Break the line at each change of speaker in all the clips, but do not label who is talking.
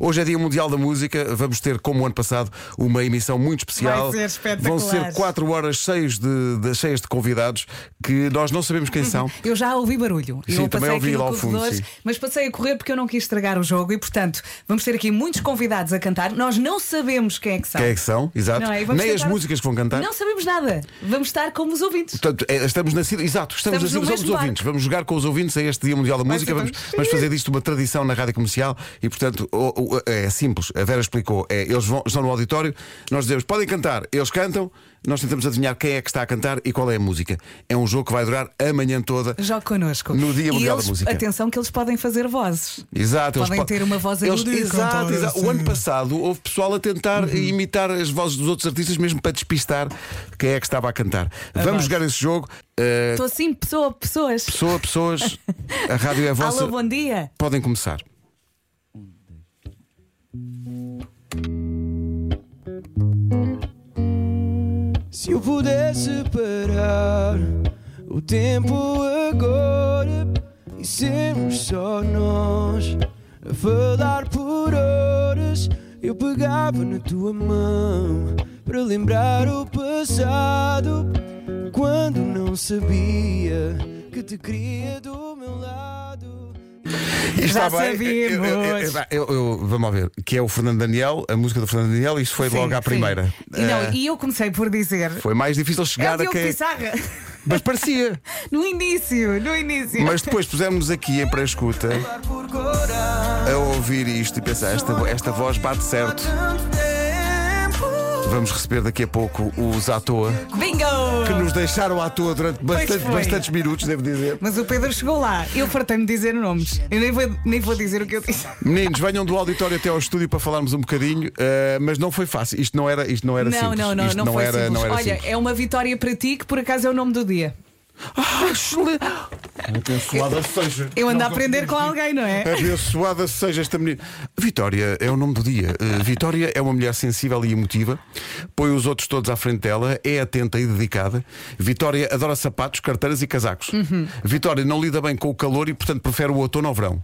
Hoje é Dia Mundial da Música, vamos ter, como o ano passado, uma emissão muito especial.
Vai ser espetacular.
Vão ser quatro horas cheias de, de- cheias de convidados que nós não sabemos quem são.
Eu já ouvi barulho.
Sim,
eu
também
passei
ouvi
aqui no
lá ao fundo,
corredor,
sim.
mas passei a correr porque eu não quis estragar o jogo e, portanto, vamos ter aqui muitos convidados a cantar. Nós não sabemos quem é que são.
Quem é que são? Exato.
Não é? E vamos
Nem as
tentar-
músicas que vão cantar.
Não sabemos nada. Vamos estar como os ouvintes.
Portanto, é, estamos na cidade. Exato, estamos,
Estamos
na
no
cidade dos
mesmo barco.
ouvintes. Vamos jogar com os ouvintes a este Dia Mundial da Música.
ser
Vamos,
tão
vamos fazer disto uma tradição na rádio comercial e, portanto, o- o- é simples. A Vera explicou. É, eles vão, estão no auditório, nós dizemos podem cantar. Eles cantam, nós tentamos adivinhar quem é que está a cantar e qual é a música. É um jogo que vai durar a manhã toda.
Jogue connosco.
No Dia
E
Mundial da
eles-
Música.
Atenção que eles podem fazer vozes.
Exato,
Podem
po-
ter uma voz
eles,
aguda e
exato,
cantar assim. Uhum.
exato. O ano passado houve pessoal a tentar imitar as vozes dos outros artistas, mesmo para despistar quem é que estava a cantar. Vamos jogar esse jogo. Eh,
Estou assim, pessoa, pessoas.
Pessoa, pessoas, a rádio é a vossa.
Alô, bom dia.
Podem começar.
Se eu pudesse parar o tempo agora e sermos só nós a falar por horas, eu pegava na tua mão para lembrar o passado quando não sabia que te queria do meu lado.
E
Já
Eu,
sabíamos.
eu- eu- eu- eu- vamos lá ver. Que é o Fernando Daniel, a música do Fernando Daniel, isto foi
Sim,
logo à
sim.
primeira.
E, não,
Eh,
e eu comecei por dizer.
Foi mais difícil
É o
chegar a
Diogo
quem.
Pissarra.
Mas parecia.
No início, no início.
Mas depois pusemos aqui em pré-escuta
Falar por corar
a ouvir isto e pensar, esta, esta voz bate certo.
tanto tempo.
Vamos receber daqui a pouco os à toa.
Bingo!
Que nos deixaram à toa durante bastante-
foi.
bastantes minutos, devo dizer.
Mas o Pedro chegou lá. Eu fartei-me de dizer nomes. Eu nem vou, nem vou dizer o que eu disse.
Meninos, venham do auditório até ao estúdio para falarmos um bocadinho, eh, mas não foi fácil. Isto não era, isto não era
não,
simples.
não, não,
Isto
não, foi
era,
simples.
não era
Olha,
simples.
é uma vitória para ti, que por acaso é o nome do dia.
Excelente. Abençoada seja.
Eu ando a aprender com alguém, não é?
Abençoada seja esta menina. Vitória é o nome do dia. Uh, Vitória é uma mulher sensível e emotiva, põe os outros todos à frente dela, é atenta e dedicada. Vitória adora sapatos, carteiras e casacos.
Uhum.
Vitória não lida bem com o calor e, portanto, prefere o outono ao verão.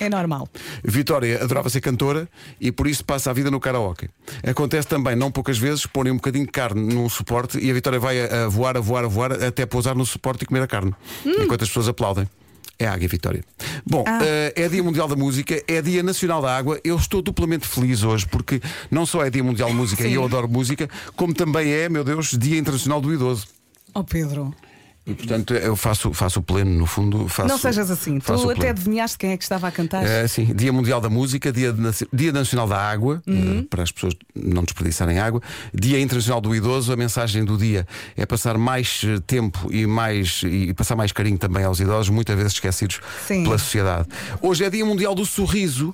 É normal.
Vitória adorava ser cantora e por isso passa a vida no karaoke. Acontece também, não poucas vezes, porem um bocadinho de carne num suporte e a Vitória vai a, a voar, a voar, a voar, até pousar no suporte e comer a carne.
Hum.
Enquanto as pessoas aplaudem. É a Águia Vitória. Bom,
Ah.
eh, é Dia Mundial da Música, é Dia Nacional da Água. Eu estou duplamente feliz hoje porque não só é Dia Mundial da Música e eu adoro música, como também é, meu Deus, Dia Internacional do Idoso.
Oh, Pedro,
E portanto eu faço, faço o pleno, no fundo. Faço,
não sejas assim. Tu
faço o
até
pleno.
adivinhaste quem é que estava a cantar.
É, sim, Dia Mundial da Música, Dia, de Naci- Dia Nacional da Água,
Uhum.
eh, para as pessoas não desperdiçarem água, Dia Internacional do Idoso, a mensagem do dia é passar mais eh, tempo e mais e passar mais carinho também aos idosos, muitas vezes esquecidos
Sim.
pela sociedade. Hoje é Dia Mundial do Sorriso,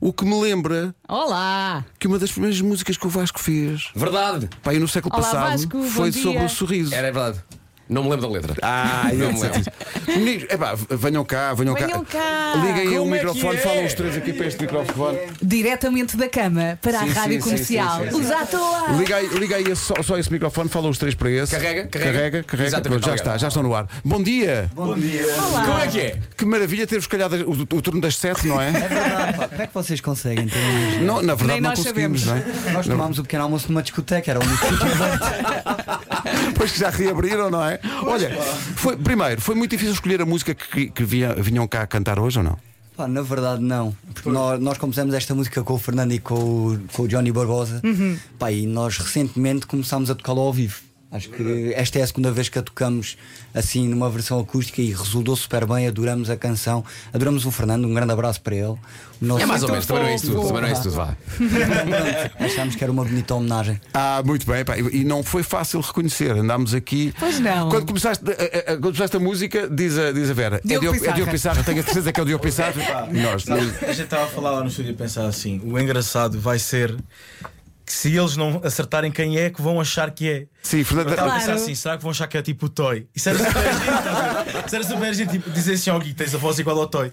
o que me lembra
Olá!
que uma das primeiras músicas que o Vasco fez,
Verdade!
pá, aí no século
Olá,
passado,
Vasco, bom
foi sobre
dia.
o sorriso.
Era verdade. Não me lembro da letra.
Ah,
Não
eu
me lembro.
Meninos, epá, venham cá, venham,
Venham cá.
Liguem aí o
Como é que
microfone,
é?
falam os três aqui para este microfone.
Diretamente da cama para
Sim,
a rádio
sim, sim,
comercial.
sim, sim, sim.
Os à toa!
Liga aí, liga aí esse- só, só esse microfone, fala os três para esse.
Carrega, carrega.
Carrega, carrega.
Exatamente,
Pronto, já
obrigado.
está, já estão no ar. Bom dia!
Como é que é?
Que maravilha termos calhado o, o turno das sete, não é?
Como é que vocês conseguem ter um-
não, na verdade,
Nem
não
nós
conseguimos,
sabemos.
não
Nós tomámos o pequeno almoço numa discoteca, era um
é? Pois que já reabriram, não é? Olha, foi, primeiro, foi muito difícil escolher a música que, que vinha- vinham cá cantar hoje ou não?
Pá, na verdade não. Porque nós, nós compusemos esta música com o Fernando e com o, com o Johnny Barbosa.
Uhum.
Pá, e nós recentemente começámos a tocá-la ao vivo. Acho que esta é a segunda vez que a tocamos assim numa versão acústica e resultou super bem, adoramos a canção, adoramos o Fernando, um grande abraço para ele. O nosso-
É mais ou menos, também não é isso tudo. Também não é isso tudo, vá.
Achámos que era uma bonita homenagem.
Ah, muito bem, pá, e e não foi fácil reconhecer. Andámos aqui.
Pois não.
Quando começaste, a- a- a- quando começaste a música, diz a, diz a Vera, é
Diogo
Diogo- é
Pissarra.
Diogo Pissarra, tenho a certeza que é o Diogo Pissarra. Nós,
Não, a gente estava a falar lá no estúdio e pensar assim: o engraçado vai ser que se eles não acertarem quem é, que vão achar que é.
Sim, Fernando.
Estava a pensar
Claro.
assim, será que vão achar que é tipo o Toy? Isso era super giro, estás a ver? Isso era super giro, tipo, dizer assim ao Gui, tens a voz igual ao Toy.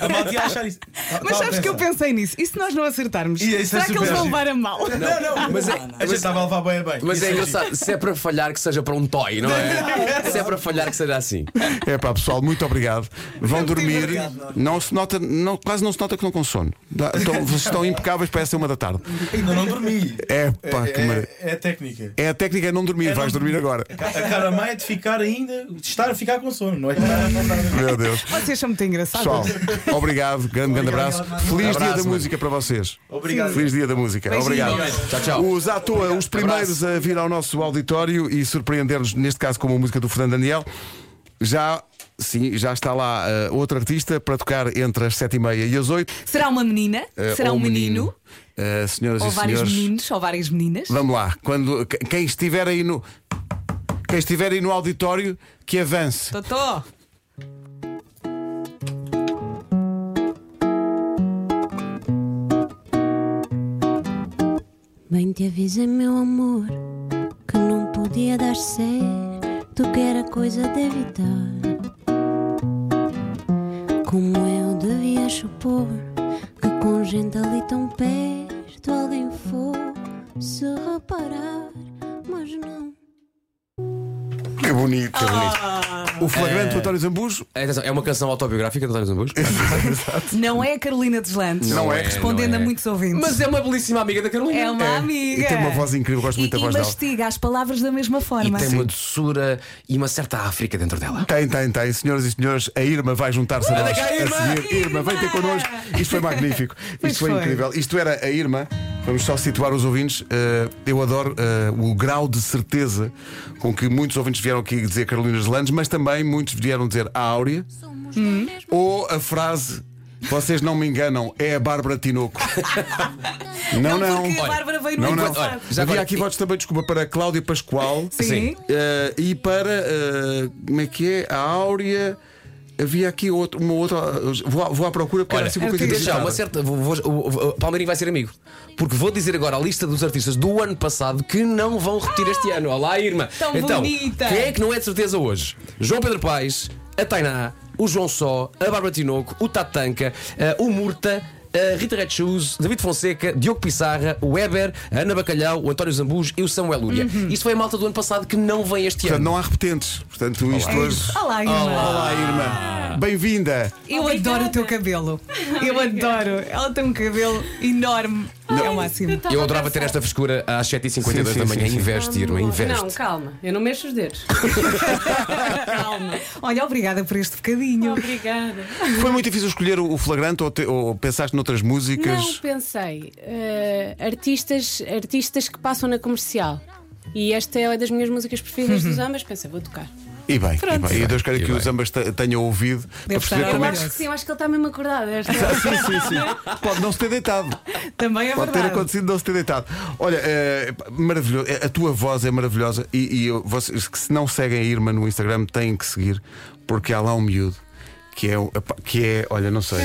A malta ia achar isso. Estava
Mas
a
sabes que eu
pensar.
pensei nisso. E se nós não acertarmos?
Isso é
Será que
super
eles vão
giro.
levar a mal?
Não, não, mas
é-
a gente estava a levar bem a bem.
Mas
Isso
é
giro.
engraçado, se é para falhar, que seja para um toy, não é? Se é para falhar, que seja assim.
É pá, pessoal, muito obrigado. Vão dormir. Não se nota, não, quase não se nota que não com sono. Dá- Estão, vocês estão impecáveis para essa uma da tarde.
Ainda não dormi.
É pá, que maravilha.
é, é a técnica.
É a técnica é não dormir,
não
vais dormir agora.
A cara má é de ficar ainda, de estar a ficar com sono, não é? de estar a acordar.
Meu Deus.
Vocês são muito engraçados.
Pessoal, obrigado, grande, grande abraço. Feliz dia da
Abraço,
música para vocês.
Obrigado.
Feliz dia da música.
Beijinhos.
Obrigado.
Tchau, tchau.
Os à toa, os primeiros a vir ao nosso auditório e surpreender-nos, neste caso, com a música do Fernando Daniel. Já, sim, já está lá eh, outro artista para tocar entre as 7h30 e as 8
Será uma menina?
Eh,
Será
ou
um menino?
Eh, senhoras
Ou
e
vários
senhores,
meninos? Ou várias meninas?
vamos lá. Quando, que- quem estiver aí no. Quem estiver aí no auditório, que avance.
Totó!
Bem te avisa, meu amor, que não podia dar certo, que era coisa de evitar. Como eu devia supor que com gente ali tão perto alguém fosse reparar, mas não.
Que bonito, que bonito. O flagrante do António Zambujo
É, atenção, é uma canção autobiográfica de António Zambujo.
Não é a Carolina Deslandes.
Não é,
Respondendo
não é.
a muitos ouvintes.
Mas é uma belíssima amiga da Carolina.
é uma
é,
amiga.
e tem uma voz incrível, gosto
E-
muito da
e
voz dela.
mastiga as palavras da mesma
E
forma.
tem uma doçura e uma certa África dentro dela.
Tem, tem, tem. Senhoras e senhores, a Irma vai juntar-se a nós.
cá,
a
Irma!
seguir. Irma, vem ter
Irma!
connosco. Isto foi magnífico.
Pois
Isto foi,
foi.
incrível. Isto era a Irma. Vamos só situar os ouvintes. Eh, eu adoro eh, o grau de certeza com que muitos ouvintes vieram aqui dizer Carolina Landes, mas também muitos vieram dizer a Áurea
Somos hum. mesmo
ou a frase. Vocês não me enganam, é a Bárbara Tinoco. não, não.
porque a Bárbara veio no
Não, não.
encontro.
Olha,
Já
Já
Havia
agora-
aqui votos também, desculpa, para a Cláudia Pascoal.
Sim.
Eh, e para. eh, como é que é? A Áurea. Havia aqui outro, uma outra. Vou à, vou à procura porque era
Olha,
assim uma coisa
deixa
engraçada.
uma certa. Vou, vou- vou- vou- Palmeirinho vai ser amigo. Porque vou dizer agora a lista dos artistas do ano passado que não vão repetir este ano. Olá, Irma.
tão
então,
bonita.
quem é que não é de certeza hoje? João Pedro Paes, a Tainá, o João Só, a Bárbara Tinoco, o Tatanka, eh, o Murta. A Rita Red Shoes, David Fonseca, Diogo Pissarra, o Weber, a Ana Bacalhau, o António Zambujo e o Samuel Lúria. Isto foi a malta do ano passado que não vem este
Portanto,
ano.
não há repetentes. Portanto, isto hoje.
Olá, irmã.
Olá, Irma. Bem-vinda.
Eu adoro o teu cabelo. Eu adoro. Ela tem um cabelo enorme. É o máximo.
Eu adorava ter esta frescura às 7h52
Sim, sim,
da manhã.
sim, sim.
Investe, Irma, investe.
Não, calma, eu não mexo os dedos. tá, calma.
Olha, obrigada por este bocadinho.
Obrigada.
Foi muito difícil escolher o o flagrante ou, te- ou pensaste noutras
Não
músicas?
pensei. eh, artistas, artistas que passam na comercial. E esta é uma das minhas músicas preferidas
Uhum.
dos ambas. Pensei, vou tocar.
E bem, e
Pronto.
bem. E Deus quero
E
que
bem.
os ambas te- tenham ouvido para
estar
perceber como é que.
orgulhoso.
se-
Acho que sim, eu acho que ele está mesmo acordado. Esta...
Sim, sim, sim. Pode não se ter deitado.
Também é
Pode ter
verdade.
acontecido não se ter deitado. Olha, eh, maravilhoso. Eh, A tua voz é maravilhosa e, e eu- vocês que se não seguem a Irma no Instagram têm que seguir, porque há lá um miúdo. Que é, o- epá, que é, olha, não sei.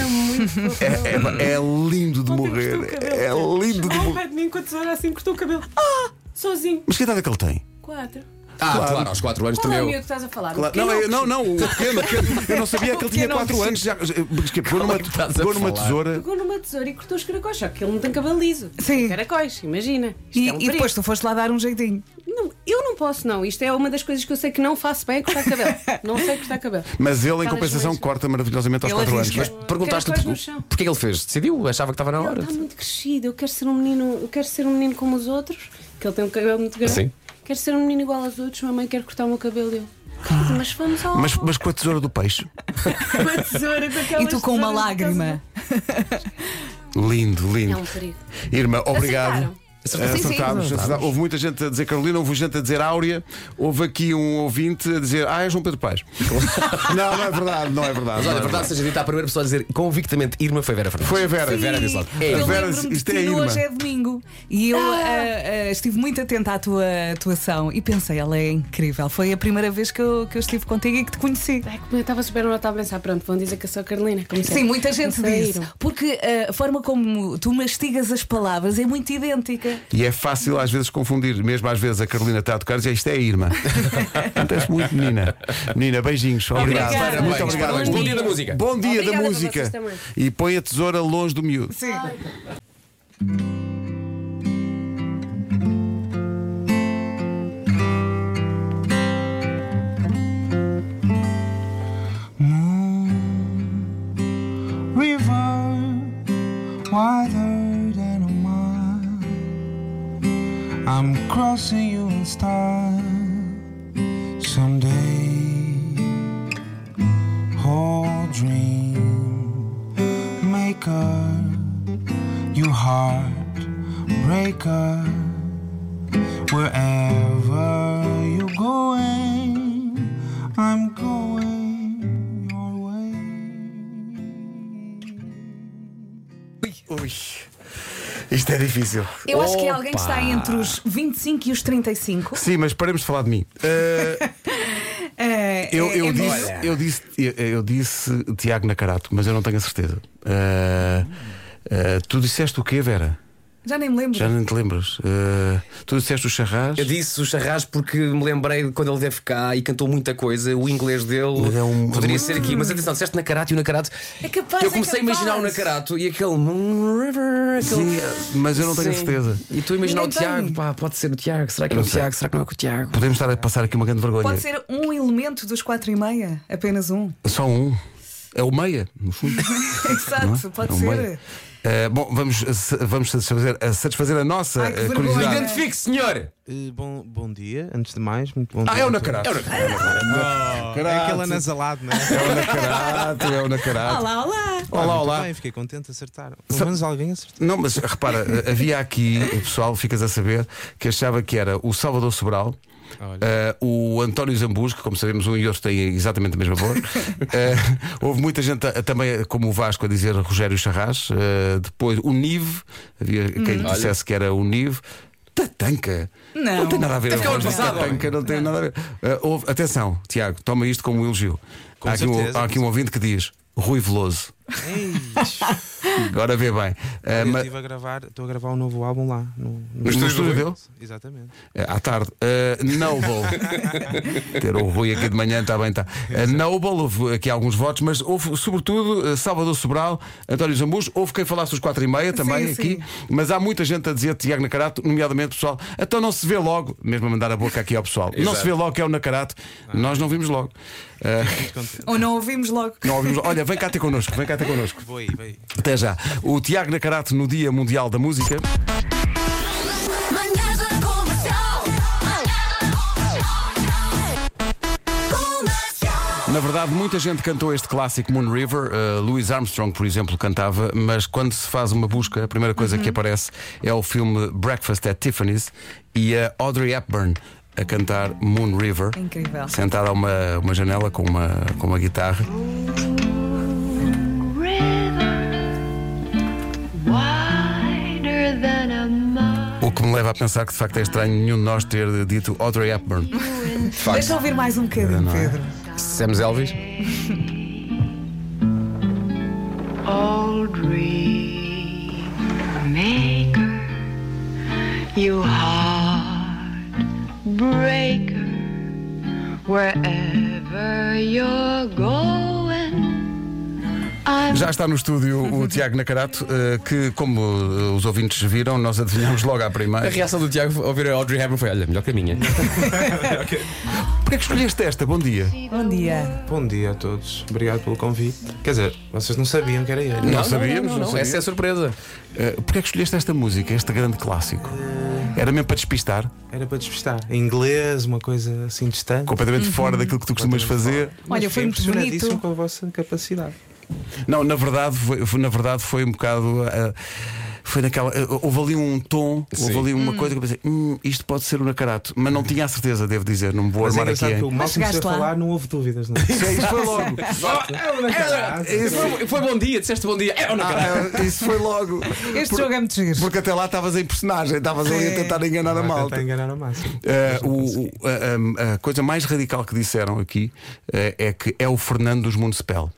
É, é- é lindo de morrer. É lindo de morrer.
de mim com a tesoura assim, cortou o cabelo. Ah! Sozinho.
Mas que idade é que ele tem?
Quatro.
Ah, claro, aos 4 anos
Qual é
também.
o miúdo que
eu-
estás a falar?
Claro. Não, eu, não, não, o pequeno, o pequeno. Eu não sabia que ele tinha
pequeno
4 anos. Já, eh, porque pegou numa,
é que estás a
pegou numa
falar?
tesoura.
Pegou numa tesoura e cortou os caracóis, só que ele não tem cabelo liso.
Sim.
Caracóis, imagina. Isto
E,
é um
e
perigo.
depois tu foste lá dar um jeitinho.
Não, eu não posso, não. Isto é uma das coisas que eu sei que não faço bem é cortar cabelo. não sei cortar cabelo.
Mas ele, em
Aquelas
compensação,
mães-
corta maravilhosamente aos
Ele
é
4 anos.
arrisca.
Mas
Perguntaste-lhe
Quero quais no chão.
porquê ele fez? Decidiu? Achava que estava na
Ele
hora.
está muito crescido. Eu quero ser um menino, eu quero ser um menino como os outros, que ele tem um cabelo muito grande.
Sim.
Quero ser um menino igual aos outros, minha mãe quer cortar o meu cabelo e eu. "Querido, Mas vamos ao
mas, mas com a tesoura do peixe.
uma tesoura com aquelas
E tu com uma
tesouras de
lágrima.
Lindo,
casa. É
lindo.
um perigo.
Irma, obrigado.
Acertaram?
Acertámos, acertámos. Houve muita gente a dizer Carolina, houve gente a dizer Áurea, houve aqui um ouvinte a dizer Ah, é João Pedro Paes. não, não é verdade, não é verdade.
Mas
não
olha,
é
a verdade seja dita, a primeira pessoa a dizer convictamente Irma foi Vera Fernandes.
Foi a Vera.
Foi a Vera disse logo.
Eu
A
Vera,
lembro-me
isto
de
é a
ti,
Irma.
hoje é domingo e eu ah, ah, estive muito atenta à tua atuação e pensei, ela é incrível. Foi a primeira vez que eu, que eu estive contigo e que te conheci.
Ai, como eu estava super mal, estava a pensar, pronto, vão dizer É que é eu sou a Carolina. como
Sim,
sempre.
muita gente
Não sei,
diz.
não.
Porque ah, a forma como tu mastigas as palavras é muito idêntica.
E é fácil às vezes confundir. Mesmo às vezes a Carolina está a tocar e diz, isto é a irmã. Acontece muito, menina. Menina, beijinhos. Obrigado.
Obrigada.
Muito obrigado.
Parabéns. Bom dia da música.
Bom dia
Obrigada
da
para
música.
vocês também.
E põe a tesoura longe do miúdo.
Sim.
river wider than a mile. I'm crossing you in style someday. Whole dream maker, you heart breaker. Wherever you're going, I'm going your way.
Ui. Isto é difícil.
Eu acho que é alguém que está entre os 25 e os 35.
Sim, mas paremos de falar de mim. Ah,
É,
eu,
é-
eu
é
disse,
muito-
eu disse, eu, eu disse Tiago Nacarato, mas eu não tenho a certeza. Ah, ah, tu disseste o quê, Vera?
Já nem me lembro.
Já não te lembras. Ah, tu disseste o charrás.
Eu disse o Charras porque me lembrei de quando ele teve cá e cantou muita coisa. O inglês dele
Mas é um-
poderia ser aqui, mas atenção, disseste Nakarato e o Nakarato.
É capaz,
Eu
é
comecei a
capaz.
imaginar o Nakarato e aquele Moon River. Aquele...
mas eu não tenho a
Sim.
certeza.
E tu a imaginar o
Ninguém tem.
Tiago, pá, pode ser o Tiago, será que é o
Não sei.
Tiago, será que não é o Tiago?
Podemos estar a passar aqui uma grande vergonha.
Pode ser um elemento dos quatro e meia, apenas um.
Só um. É o meia, no fundo.
Exato, pode
É um meia.
ser.
Ah, bom, vamos, eh, vamos satisfazer, a satisfazer a nossa
Ai, que
eh,
vergonha.
curiosidade.
Identifique, senhor!
Eh, Bom, bom dia, antes de mais, muito bom
Ah,
dia.
é o
a todos.
Nacarato.
Ah,
Oh, é aquele anasalado, não é?
É o Nacarato, é o Nacarato.
Olá, olá.
Olá,
muito
olá.
Bem, fiquei contente, acertaram. Pelo menos alguém acertou.
Não, mas repara, eh, havia aqui, o pessoal, ficas a saber, que achava que era o Salvador Sobral. eh, o António Zambus, que como sabemos um e outro têm exatamente a mesma voz. Eh, houve muita gente a- também, como o Vasco, a dizer Rogério Charras. eh, depois o Nive, havia quem dissesse que era o Nive. Tatanca!
Não.
tem nada a ver.
Tem que ficar
a voz de
ultrapassado,
Tatanca não tem nada a ver. Eh, houve- atenção, Tiago, toma isto como um elogio. Há aqui um,
certeza,
há aqui um ouvinte que diz Rui Veloso. Agora vê bem. Eh,
eu
ma-
estive a gravar, estou a gravar um novo álbum lá. No,
No estúdio do Rui?
Exatamente.
Eh, À tarde. Eh, Noble. Ter o Rui aqui de manhã, está bem, está. Noble, houve aqui alguns votos, mas houve, sobretudo, eh, Salvador Sobral, António Zambus, houve quem falasse os quatro e meia também
Sim,
aqui,
sim.
mas há muita gente a dizer Tiago Nacarato, nomeadamente pessoal, então não se vê logo, mesmo a mandar a boca aqui ao pessoal, não se vê logo que é o Nacarato,
Ah.
nós não vimos logo. Eh,
Ou não ouvimos logo.
não ouvimos, olha, vem cá ter connosco, vem cá ter connosco.
Vou aí, vou aí.
Até já. O Tiago Nacarato no Dia Mundial da Música.
Manhãs da Comercial. Manhãs da Comercial.
Na verdade, muita gente cantou este clássico Moon River. Uh, Louis Armstrong, por exemplo, cantava, mas quando se faz uma busca, a primeira coisa que aparece é o filme Breakfast at Tiffany's e a Audrey Hepburn a cantar Moon River,
É incrível.
sentada a uma, uma janela com uma, com uma guitarra. O que me leva a pensar que de facto é estranho nenhum de nós ter dito Audrey Hepburn.
Deixa eu ouvir mais um bocadinho,
é?
Pedro.
Dissemos Elvis?
old dream maker, you heart breaker, wherever you're going, I'm
Já está no estúdio o Tiago Nacarato, eh, que, como eh, os ouvintes viram, nós adivinhamos logo à
A
primeira.
reação do Tiago ao ouvir a Audrey Hepburn foi: olha, melhor que a minha.
Porquê é que escolheste esta? Bom dia.
Bom dia.
Bom dia a todos, obrigado pelo convite. Quer dizer, vocês não sabiam que era ele.
Não sabíamos, não sabíamos.
Essa é a surpresa.
Eh, Porquê que escolheste esta música, este grande clássico? Era mesmo para Eh, despistar,
Era para despistar. Em inglês, uma coisa assim distante.
completamente fora daquilo que tu costumas fazer.
Olha,
Mas
foi muito
fiquei impressionadíssimo
bonito.
com a vossa capacidade.
Não, na verdade foi, foi- na verdade foi um bocado. eh, foi naquela. eh, houve ali um tom, houve ali uma coisa que eu pensei, "Hum, isto pode ser o Nacarato. Mas não tinha a certeza, devo dizer, não me vou
Mas é
armar aqui.
engraçado que
em-
o mal
Mas
comecei a
chegaste lá.
falar, não houve dúvidas, não.
é?
Sim, Isso foi logo.
Ah,
eh, Foi, foi bom dia, disseste bom dia. É o Nakarato.
Ah, isso foi logo.
Este
Por-
jogo é muito giro.
Porque até lá estavas em personagem, estavas ali a tentar enganar
é
a
Vou
malta.
tentar enganar ao máximo.
Eh, o- o- a, a- a coisa mais radical que disseram aqui eh, é que é o Fernando dos Municipal.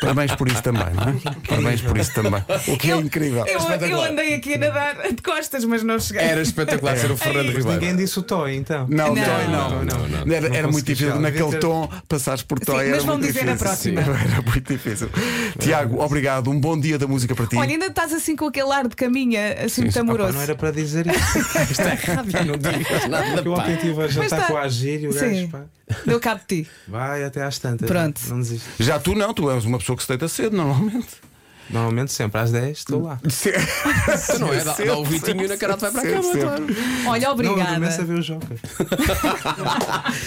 Parabéns por isso também, não é? Parabéns por isso também. O que é
Eu,
incrível.
Eu, eu andei aqui a nadar de costas, mas não cheguei.
Era espetacular ser o Fernando
Mas
Ribeiro.
Ninguém disse o Toy, então.
É.
Não.
Não, Toy não.
Não, não,
Era,
Não
era muito
consegui
difícil.
chegar.
Naquele
Devia ter-
tom, passares por Toy
Sim,
era
mas vão
muito
dizer
difícil.
na próxima.
Era muito difícil. Tiago, obrigado. Um bom dia da música para ti.
Olha, ainda estás assim com aquele ar de caminha, assim
Ah,
muito
Opa,
amoroso.
não era para dizer isso.
Não digas nada,
é Porque o
pá.
objetivo é jantar
está-
com a agir e o
Sim.
gajo pá,
Deu cabo de ti.
vai até às tantas.
Pronto.
Não desisto.
Já tu não, tu és uma pessoa que se deita cedo, normalmente.
Normalmente sempre às 10 estou lá.
Então Não é? Dá, dá o vitinho e na cara vai para a
Sempre,
cama. é?
sempre.
Olha,
Não, eu
obrigada.
começo a ver o Joker.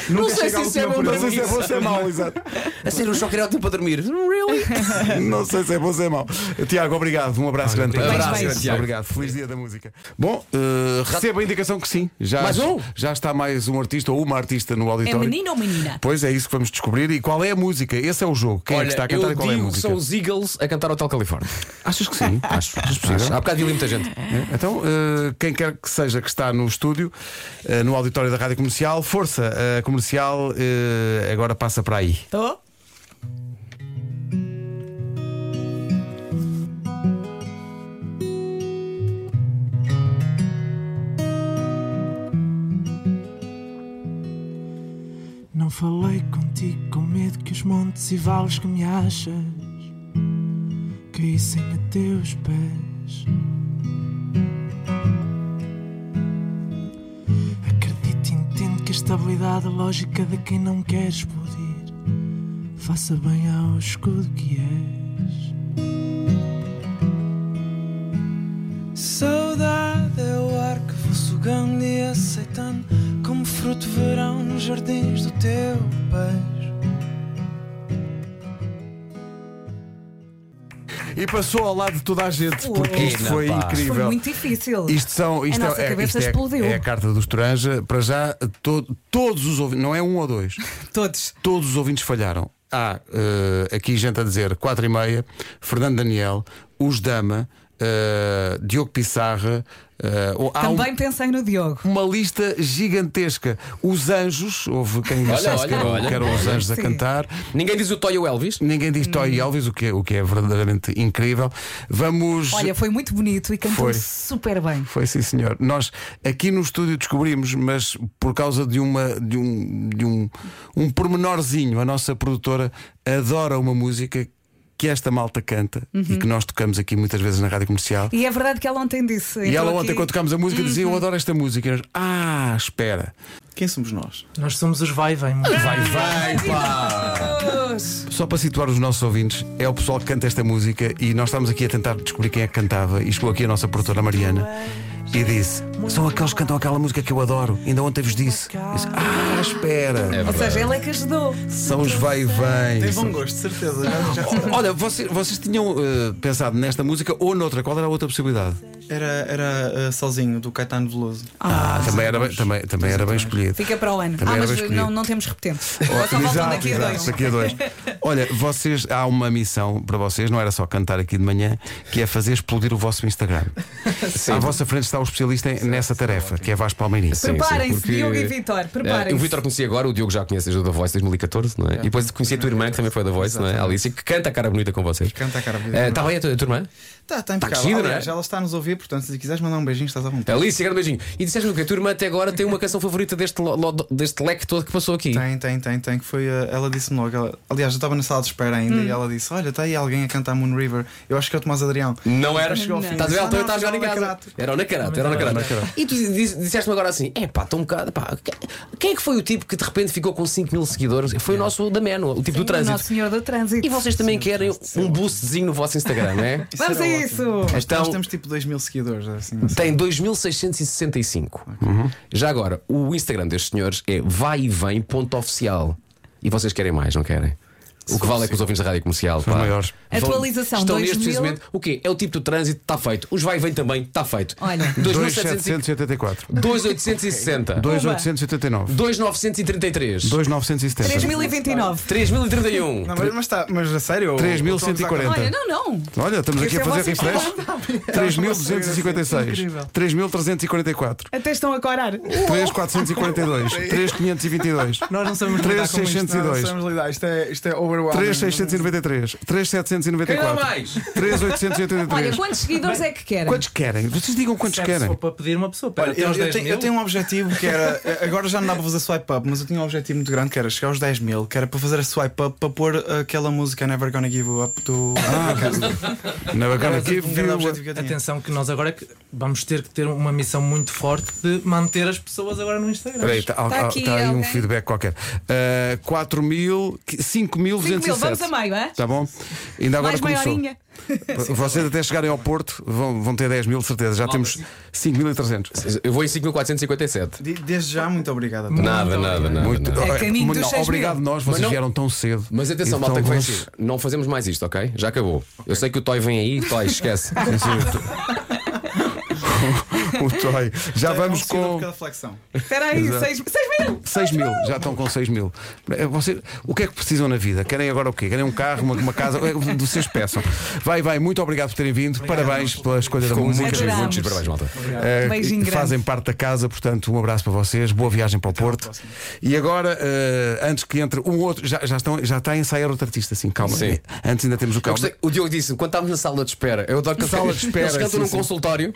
Não
sei se isso é bom,
Não sei se é bom ou se é mau, exato.
A sério, o choque era o tempo um para dormir. Really?
Não sei se é bom ou se é mau. Tiago, obrigado. Um abraço grande para ti.
Abraço,
beijo.
Tiago.
Obrigado. Feliz dia da música. Bom, eh, recebo a indicação que sim. Já,
Mais um?
já está mais um artista ou uma artista no
É
auditório.
menino ou menina?
Pois é isso que vamos descobrir. E qual é a música? Esse é o jogo. Quem é
Olha,
que está a
eu
cantar e qual é a
digo que
música?
são os Eagles a cantar Hotel Califórnia.
Achas que sim? Acho. Achas
Acho.
possível?
Há bocado vi ali muita gente.
É, Então, eh, quem quer que seja que está no estúdio, eh, no auditório da Rádio Comercial, força, a comercial eh, agora passa para aí.
Oh,
Não falei contigo com medo que os montes e vales que me achas caíssem a teus pés. Acredito e entendo que a estabilidade lógica de quem não quer explodir faça bem ao escudo que és. Saudade é o ar que vou sugando e aceitando como fruto de verão nos jardins do teu beijo.
E passou ao lado de toda a gente, porque isto
Ena,
foi
pá.
incrível.
foi muito difícil.
Isto são. Isto
A nossa
é,
cabeça
isto é-
explodiu.
é a carta do Estoranja. Para já, to- todos os ouvintes, não é um ou dois,
Todos.
todos os ouvintes falharam. Há eh, aqui gente a dizer 4 e meia, Fernando Daniel, os Dama, eh, Diogo Pissarra. eh, ou- há um-
Também pensei no Diogo.
uma lista gigantesca. Os anjos, houve quem achasse
olha,
que, eram,
olha.
que eram os anjos a
Sim. Hum.
cantar.
Ninguém diz o Toy ou Elvis?
Ninguém diz Toy Elvis, o que, é, o que é verdadeiramente incrível. Vamos.
Olha, foi muito bonito e cantou
Foi.
super bem.
Foi sim, senhor. Nós aqui no estúdio descobrimos, mas por causa de uma de um de um um pormenorzinho, a nossa produtora adora uma música que esta malta canta e que nós tocamos aqui muitas vezes na rádio comercial.
Uhum. E é verdade que ela ontem disse.
E
então
ela ontem,
aqui- Uhum.
quando tocámos a música, dizia: Eu adoro esta música. E nós, ah, espera.
Quem somos nós?
Nós somos os vai vem.
Vai, vai, pá!
Deus!
Só para situar os nossos ouvintes, é o pessoal que canta esta música e nós estamos aqui a tentar descobrir quem é que cantava. E chegou aqui a nossa produtora Mariana e disse: São aqueles que cantam aquela música que eu adoro. Ainda ontem vos disse. Eu disse, ah, espera.
Ou seja, ela é que ajudou.
São os vai e vem.
Tem bom um gosto, certeza. Já, já sei.
oh, Olha, vocês, vocês tinham eh, pensado nesta música ou noutra? Qual era a outra possibilidade?
Era, era ah, sozinho do Caetano Veloso.
Ah, também era bem, também, também era bem escolhido.
Fica para o ano.
Também
ah,
era
mas
escolhido.
não, não temos repetentes.
Oh,
Só faltam
exato,
daqui a
exato,
dois.
daqui a dois. Olha, vocês há uma missão para vocês, não era só cantar aqui de manhã, que é fazer explodir o vosso Instagram. À vossa frente está o especialista em- nessa tarefa, que é Vasco Palmeirinho.
sim,
Preparem-se,
porque-
Diogo e Vitor.
Eh,
Preparem-se.
o Vitor conheci agora, o Diogo já conhece desde o da Voice 2014, não é? E depois conheci a tua irmã, que também foi da Voice, não é? A Alicia, que canta a cara bonita com vocês.
Canta a cara bonita.
Está bem a tua, a tua irmã?
Está tá impecável.
crescido, não é?
Aliás, ela está a nos ouvir, portanto, se quiseres mandar um beijinho, estás à vontade.
Alicia, grande beijinho. E disseste-me que a tua irmã até agora tem uma canção favorita deste, lo- lo- deste leque todo que passou aqui.
Tem, tem, tem, tem. Que foi, ah, ela disse-me logo. ela- aliás, eu estava na sala de espera ainda e ela disse: Olha, está aí alguém a cantar Moon River. Eu acho que é o Tomás Adrião.
Não era.
Chegou ao fim.
Estás a ver? Então Ela
Não,
também está a jogar
não,
em casa.
Carato.
Era o Nacarato, era o Nacarato. E tu dis- disseste-me agora assim: é pá, estou um bocado. Pá, que- quem é que foi o tipo que de repente ficou com 5 mil seguidores? Foi o nosso da Meno, o tipo do
O
trânsito.
Nosso Senhor do Trânsito.
E vocês também querem um boostzinho no vosso Instagram, não é?
Vamos a isso!
É
Então-
Nós temos tipo 2 mil seguidores. Assim, assim.
Tem 2665. Já agora, o Instagram destes senhores é vai e vem ponto oficial. E vocês querem mais, não querem? O que vale é que os ouvintes da rádio comercial.
São
pá,
maiores.
Atualização,
Estão
2000.
neste precisamente. O quê? É o tipo do trânsito, está feito. Os vai e vem também, está feito.
Olha.
2700
2784.
2860.
2889.
2933.
2970.
3029.
3031.
Não, mas, mas, tá, mas a sério? ou- ou estamos a-
3140.
Olha, não, não.
Olha, estamos aqui
Esse
a
é
fazer
o vosso
refresh. 3256,
Incrível.
3344,
Até estão a corar.
3442, 3522.
Nós não sabemos lidar com isto.
3602.
Nós não sabemos lidar. Isto é, isto é over overwhelming.
3693, 3794,
Quem dá mais?
3883.
Olha, quantos seguidores é que querem?
Quantos querem? Vocês digam quantos
Serve
querem.
só
para pedir uma pessoa.
Olha, eu, eu tenho, eu tenho um objetivo que era. eh, Agora já não dá para fazer swipe up, mas eu tinha um objetivo muito grande que era chegar aos 10 mil, que era para fazer a swipe up para pôr aquela música Never Gonna Give You Up do.
Never
Gonna
Mas,
Give
um
You
grande
Up.
objetivo que eu tinha. Atenção que nós agora que- vamos ter que ter uma missão muito forte de manter as pessoas agora no Instagram.
Espera aí, está
Tá
aí um feedback qualquer. Uh, 4 mil, 5 mil,
5.000, vamos a meio, é?
Tá bom? Ainda agora
Mais
começou.
maiorinha.
Vocês até chegarem ao Porto vão, vão ter 10 mil, certeza. Já temos 5.300.
Eu vou em 5.457.
De- Desde já, muito obrigado. a todos.
Nada, nada, nada.
Muito-
nada.
É caminho dos Muito- 6.000. obrigado nós, vocês vieram tão cedo.
Mas atenção,
E
malta,
tão
que vem
longe.
assim, não fazemos mais isto, ok? Já acabou. Eu sei que o Toy vem aí, Toy, esquece.
O Toy. Já
Então, é
vamos
Não precisa
com.
É um de cada flexão.
Espera aí,
Exato.
6 mil!
6 mil, já estão com 6 mil. Eh, você- o que é que precisam na vida? Querem agora o quê? Querem um carro, uma, uma casa? Eh, Vocês peçam. Vai, vai, muito obrigado por terem vindo. Parabéns pela escolha da
Ficou
música.
muito giro, muito giro.
Adorámos.
Parabéns, malta.
Eh,
Um Beijinho
e
grande.
fazem parte da casa, portanto, um abraço para vocês, boa viagem para o Porto. E agora, eh, antes que entre um outro, já, já, estão, já está a ensaiar outro artista, assim, calma.
Sim.
Antes ainda temos o
Eu
calma.
gostei- o Diogo disse, quando estávamos na sala de espera, eu adoro que
Sala de espera,
Eles cantam
sim,
num
sim.
consultório,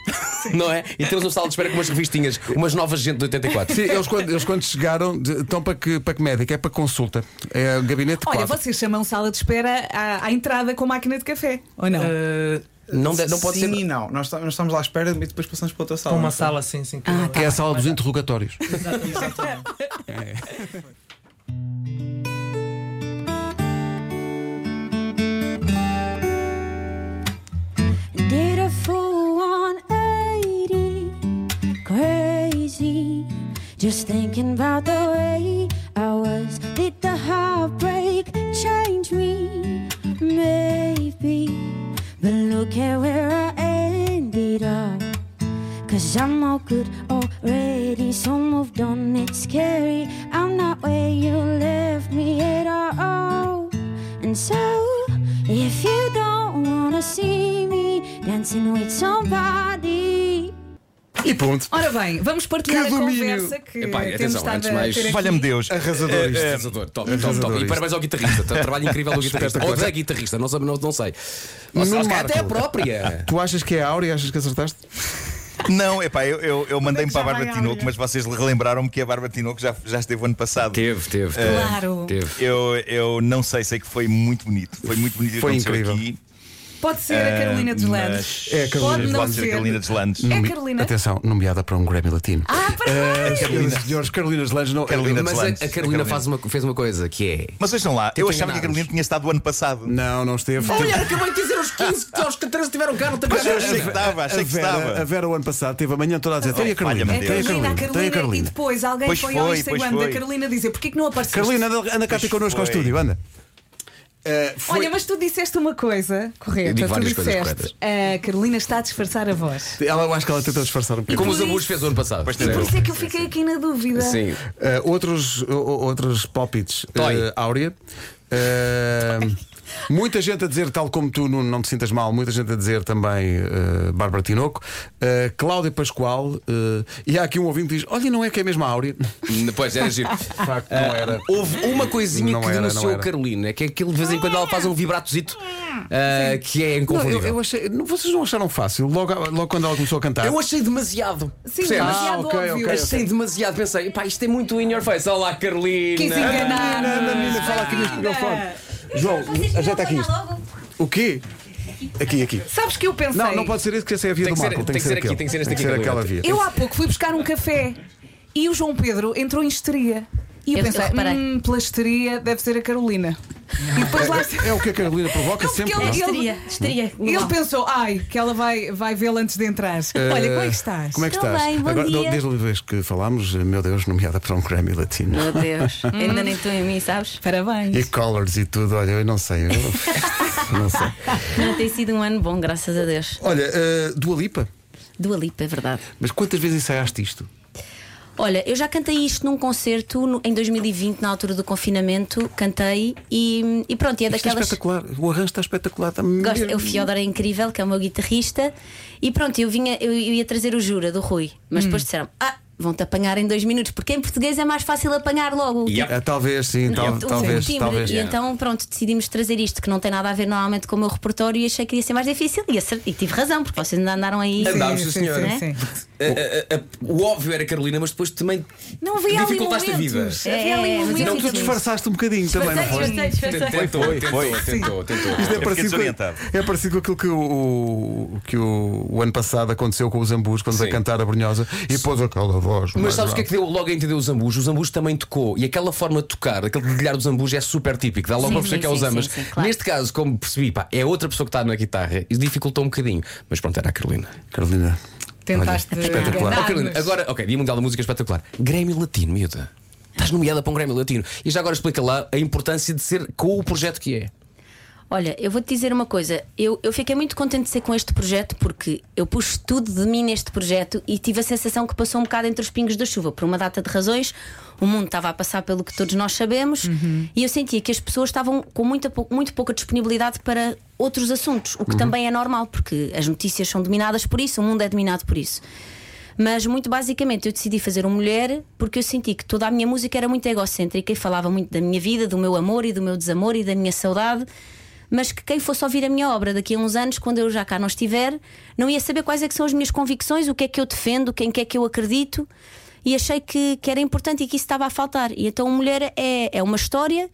não é? E temos uma sala de espera com umas revistinhas, umas novas gente de 84.
Sim, eles quando, eles quando chegaram, de- estão para que, para que médico? É para consulta. É o gabinete
Olha,
4.
vocês chamam sala de espera à, à entrada com máquina de café, ou
Eh,
não?
Eh,
Não, de- não pode
sim
ser.
e não. Nós, ta- nós estamos lá à espera e depois passamos para outra sala.
Uma
não sei.
sala assim,
Ah,
sim.
Que é a sala dos interrogatórios.
Did a full 180, crazy. Just thinking about the way I was. Did the heartbreak change me? Maybe. But look at where I ended up. Cause I'm all good already, so moved on, it's scary. I'm not where you left me at all. And so, if you don't wanna see me dancing with somebody,
E ponto.
Ora bem, vamos partilhar
Que
a
domínio.
conversa que
Epá,
temos
atenção,
estado
antes
a
de mais-
ter aqui.
Valha-me
Deus.
É,
Arrasador isto.
Arrasador, top, top,
Arrasador
top. E
isto.
parabéns ao guitarrista. tra- Trabalho incrível do guitarrista. Ou da guitarrista, não, sabe- não, não sei. Ou se-
Nuno
ou se calhar
Marco.
até a própria.
Tu achas que é a Áurea? Achas que acertaste?
Não, epá, eu, eu, eu mandei-me para
é já
a
vai
Bárbara
a
Tinoco,
Áurea?
mas vocês relembraram-me que a Bárbara Tinoco já, já esteve ano passado.
Teve, teve.
Claro.
Teve.
Eu, eu não sei, sei que foi muito bonito. Foi muito bonito o que
Foi
aconteceu
incrível.
aqui.
Pode ser a Carolina dos Landes.
Mas
É a Carolina
Pode não
Pode ser
ser.
a Carolina dos Landes.
É Carolina.
Atenção, nomeada para um Grammy Latino. Eh,
Ah, parabéns!
Carolina. Senhores, Carolina de Lange não.
Carolina
Mas
dos
a, a
Landes.
Carolina, Faz uma, fez uma coisa que é.
Mas vejam lá, eu achava que a
enganados.
Carolina tinha estado o ano passado.
é- Não, não esteve.
Olha, acabei de dizer aos 15 que aos 13 tiveram cá, não tem
Mas eu achei que estava,
A
achei que
Vera, a
estava.
Vera, o ano passado, teve a manhã toda a dizer: tem a Carolina,
valha-me
tem a
Deus.
Carolina,
a
tem a
É Carolina, e
Carolina.
depois alguém
Pois
foi, ao
foi,
Instagram
pois foi.
da Carolina dizer: Porquê que não apareceste?
Carolina, anda- anda cá ter
Pois
connosco ao
foi.
estúdio, anda. Eh, foi-
Olha, mas tu disseste uma coisa
Eu
correta.
digo
Tu
várias coisas
disseste: A Carolina está a disfarçar a voz.
ela, eu acho que ela tentou disfarçar um bocadinho.
Como
Por
os
isso-
abusos fez o ano passado.
Pois
E
tem.
por isso é que eu fiquei aqui na dúvida.
Sim.
Eh, outros, o- o- outros palpites.
Toy.
Eh, Áurea. Eh, muita gente a dizer, tal como tu, Nuno, não te sintas mal, muita gente a dizer também eh, Bárbara Tinoco, Eh, Cláudia Pascoal, eh, e há aqui um ouvinte que diz: Olha, não é que é mesmo a Áurea.
Depois era giro. Ah,
facto, não era.
Houve uma coisinha
Não
que
era, não
denunciou a
era.
Carolina, que é aquilo de vez em quando ela faz um vibratozito ah, que é
Não, eu,
inconfundível.
eu achei, não- vocês não acharam fácil, logo, logo quando ela começou a cantar.
Eu achei demasiado.
Sim,
Percebes?
demasiado
Ah, ok,
óbvio.
ok,
Achei demasiado. Pensei, pá, isto é muito in your face. Olá, Carolina.
Quis
É,
enganar.
Ana, Ana, menina, fala aqui neste microfone. João,
é
ajeita aqui isto. O quê? Aqui, aqui.
Sabes que eu pensei.
Não, não pode ser isso, que essa é a via
Tem
do
que ser-
Marco.
tem que ser aqui,
aquele.
tem que ser este aqui,
ser
Carolina.
aquela via.
Eu há pouco fui buscar um café e o João Pedro entrou em histeria. E eu,
Eu-
pensei,
eu reparei.
hum, pela histeria deve ser a Carolina. E depois lá.
É o que a Carolina provoca
Não, porque
sempre.
ele-
não é?
Histeria, histeria.
Ele
global.
pensou, ai, que ela vai, vai vê-la antes de entrar.
Eh,
Olha, como é que estás?
Como é que
Estou
estás?
bem, bom
Agora,
dia.
não, desde a última vez que falámos, eh, meu Deus, nomeada para um Grammy Latino.
Meu Deus, ainda nem estou em mim, sabes?
E
Parabéns.
colors e tudo, olha, eu não sei. eu- não sei.
Não tem sido um ano bom, graças a Deus.
Olha, eh, Dua Lipa,
Dua Lipa, é verdade.
mas quantas vezes ensaiaste isto?
Olha, eu já cantei isto num concerto no- em 2020, na altura do confinamento, cantei e, e pronto, e é
Isto é
daquelas.
espetacular, o arranjo está espetacular. Está
Gosto,
mesmo-
o Fiodor é incrível, que é o meu guitarrista, e pronto, eu vinha, eu, eu ia trazer o Jura do Rui, mas depois disseram: Ah, vão-te apanhar em dois minutos, porque em português é mais fácil apanhar logo.
Ah, talvez, sim, tal-
o
talvez.
um timbre.
talvez.
E então, pronto, decidimos trazer isto que não tem nada a ver normalmente com o meu repertório e achei que ia ser mais difícil e, acer- e tive razão, porque vocês ainda andaram aí.
Andámos, sim, senhora.
né?
A- a- a- O óbvio era Carolina, mas depois também
Não havia ali
dificultaste a vida.
momentos.
É,
Havia ali momentos.
Não, tu disfarçaste um bocadinho também, não foi?
Disfarcei, disfarcei, disfarcei.
Tentou, tentou, tentou, tentou.
Isto é
Eu fiquei
parecido,
desorientado.
com, é parecido com aquilo que o, o- que o, o ano passado aconteceu com os Zambus quando vai cantar a Brunhosa e pôs aquela voz.
Mas
mais
sabes o que é que deu logo a entender os ambus? Os ambus também tocou e aquela forma de tocar, aquele dedilhar dos ambus é super típico, dá logo
Sim,
para perceber
sim,
que é os
sim,
ambas.
sim, sim, claro.
Neste caso, como percebi, pá, é outra pessoa que está na guitarra e dificultou um bocadinho. Mas pronto, era a Carolina.
Carolina.
Tentaste
Olha, espetacular.
enganar-nos.
Oh, Carolina, agora, ok, Dia Mundial da Música é espetacular. Grêmio Latino, miúda. Estás nomeada para um Grêmio Latino. E já agora explica lá a importância de ser com o projeto que é.
Olha, eu vou te dizer uma coisa. Eu, eu fiquei muito contente de ser com este projeto porque eu pus tudo de mim neste projeto e tive a sensação que passou um bocado entre os pingos da chuva, por uma data de razões. O mundo estava a passar pelo que todos nós sabemos e eu sentia que as pessoas estavam com muita, pou- muito pouca disponibilidade para outros assuntos, o que também é normal, porque as notícias são dominadas por isso, o mundo é dominado por isso. Mas muito basicamente eu decidi fazer uma mulher porque eu senti que toda a minha música era muito egocêntrica e falava muito da minha vida, do meu amor e do meu desamor e da minha saudade. Mas que quem fosse ouvir a minha obra daqui a uns anos, quando eu já cá não estiver, não ia saber quais é que são as minhas convicções, o que é que eu defendo, quem que é que eu acredito. E achei que, que era importante e que isso estava a faltar. E então, Mulher é, é uma história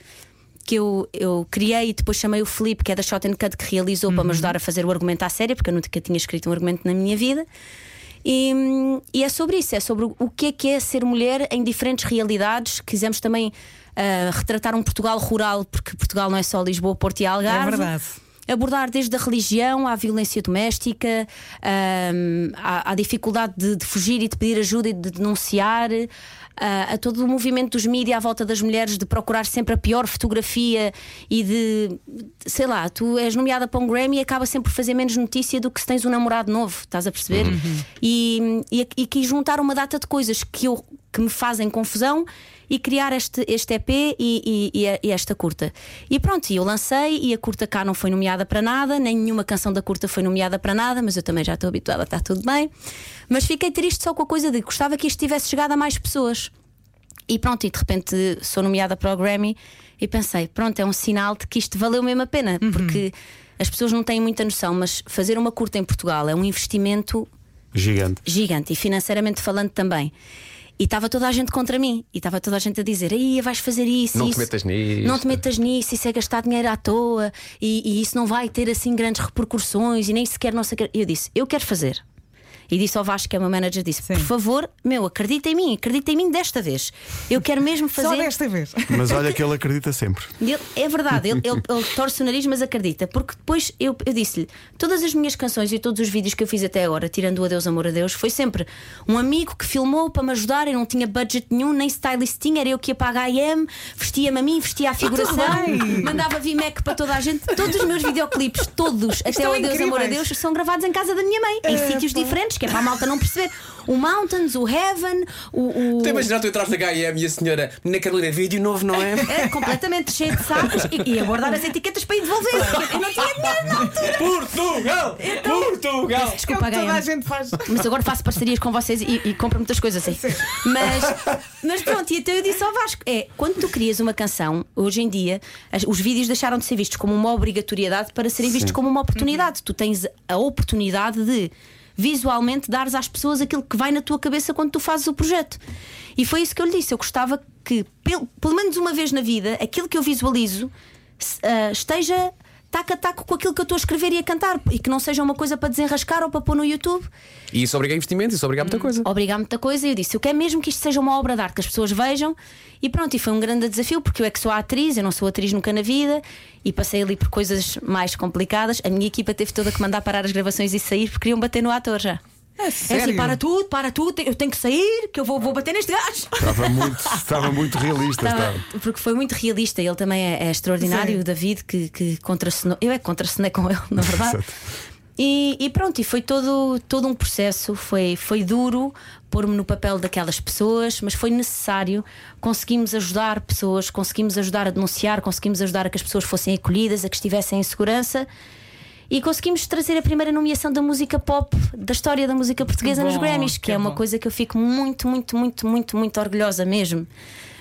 que eu, eu criei e depois chamei o Felipe, que é da Shot and Cut, que realizou
Uhum.
para me ajudar a fazer o argumento à séria, porque eu nunca tinha escrito um argumento na minha vida. E, hum, e é sobre isso, é sobre o que é que é ser mulher em diferentes realidades. Quisemos também ah, retratar um Portugal rural, porque Portugal não é só Lisboa, Porto e Algarve.
É verdade.
Abordar desde a religião à violência doméstica, hum, à, à dificuldade de, de fugir e de pedir ajuda e de denunciar, ah, a todo o movimento dos mídias à volta das mulheres de procurar sempre a pior fotografia e de, de- sei lá, tu és nomeada para um Grammy e acaba sempre por fazer menos notícia do que se tens um namorado novo, estás a perceber?
Uhum.
E, e, e quis juntar uma data de coisas que, eu, que me fazem confusão e criar este, este EP e, e- e a- e esta curta. E pronto, e eu lancei e a curta cá não foi nomeada para nada, nem nenhuma canção da curta foi nomeada para nada, mas eu também já estou habituada, está tudo bem. Mas fiquei triste só com a coisa de que gostava que isto tivesse chegado a mais pessoas. E pronto, e de repente sou nomeada para o Grammy e pensei, pronto, é um sinal de que isto valeu mesmo a pena, porque as pessoas não têm muita noção, mas fazer uma curta em Portugal é um investimento
Gigante.
gigante e financeiramente falando também. E estava toda a gente contra mim, e estava toda a gente a dizer: aí vais fazer isso,
Não te
isso.
metas nisso."
não te metas nisso, isso é gastar dinheiro à toa, e, e isso não vai ter assim grandes repercussões, e nem sequer não sei o quê." E Eu disse: eu quero fazer. E disse ao Vasco, que é o meu manager, disse: por favor, meu, acredita em mim, acredita em mim desta vez. Eu quero mesmo fazer.
Só desta vez.
Mas olha que ele acredita sempre.
Ele- é verdade, ele, ele- ele torce o nariz, mas acredita. Porque depois eu, eu disse-lhe: todas as minhas canções e todos os vídeos que eu fiz até agora, tirando o Adeus, Amor a Deus, foi sempre um amigo que filmou para me ajudar. Eu não tinha budget nenhum, nem stylist tinha, era eu que ia para a HM, vestia-me a mim, vestia a figuração,
Muito Ah, tá bem.
mandava VMAC para toda a gente. Todos os meus videoclipes, todos, até
Estão
o Adeus, Amor a
incríveis.
Deus, são gravados em casa da minha mãe, em
Epa.
sítios diferentes, que é para a malta não perceber. O Mountains, o Heaven, o. o...
Até imaginar tu entras na HM e a senhora, na Carolina, vídeo novo, não é?
É completamente cheio de sacos e, e a guardar as etiquetas para ir devolver. Eu não tinha dinheiro na altura.
Portugal!
então-
Portugal!
Peço Desculpa,
É o que toda
HM.
a gente faz.
Mas agora faço parcerias com vocês e, e compro muitas coisas assim. Mas, mas pronto, e então eu disse ao Vasco: é quando tu crias uma canção, hoje em dia, as- os vídeos deixaram de ser vistos como uma obrigatoriedade para serem vistos
Sim.
como uma oportunidade. Tu tens a oportunidade de visualmente dares às pessoas aquilo que vai na tua cabeça quando tu fazes o projeto. E foi isso que eu lhe disse. Eu gostava que, pelo, pelo menos uma vez na vida, aquilo que eu visualizo se- ah, esteja taco a taco com aquilo que eu estou a escrever e a cantar e que não seja uma coisa para desenrascar ou para pôr no YouTube.
E isso obriga a investimento, isso obriga a muita coisa.
Obrigar muita coisa e eu disse: eu quero mesmo que isto seja uma obra de arte, que as pessoas vejam. E pronto, e foi um grande desafio, porque eu é que sou atriz, eu não sou atriz nunca na vida e passei ali por coisas mais complicadas. A minha equipa teve toda que mandar parar as gravações e sair porque queriam bater no ator já. É assim,
sério?
para tudo, para tudo, eu tenho que sair, que eu vou, vou bater neste gajo.
Estava muito, estava muito realista.
Estava-
estava.
porque foi muito realista, ele também é, é extraordinário,
Sim.
o David, que, que contracenou. Eu é que contracenei com ele, na verdade. E, e pronto, e foi todo, todo um processo, foi, foi duro pôr-me no papel daquelas pessoas, mas foi necessário. Conseguimos ajudar pessoas, conseguimos ajudar a denunciar, conseguimos ajudar a que as pessoas fossem acolhidas, a que estivessem em segurança. E conseguimos trazer a primeira nomeação da música pop da história da música portuguesa
Que
nos
bom,
Grammys, que,
que
é uma
bom.
coisa que eu fico muito, muito, muito, muito, muito orgulhosa mesmo.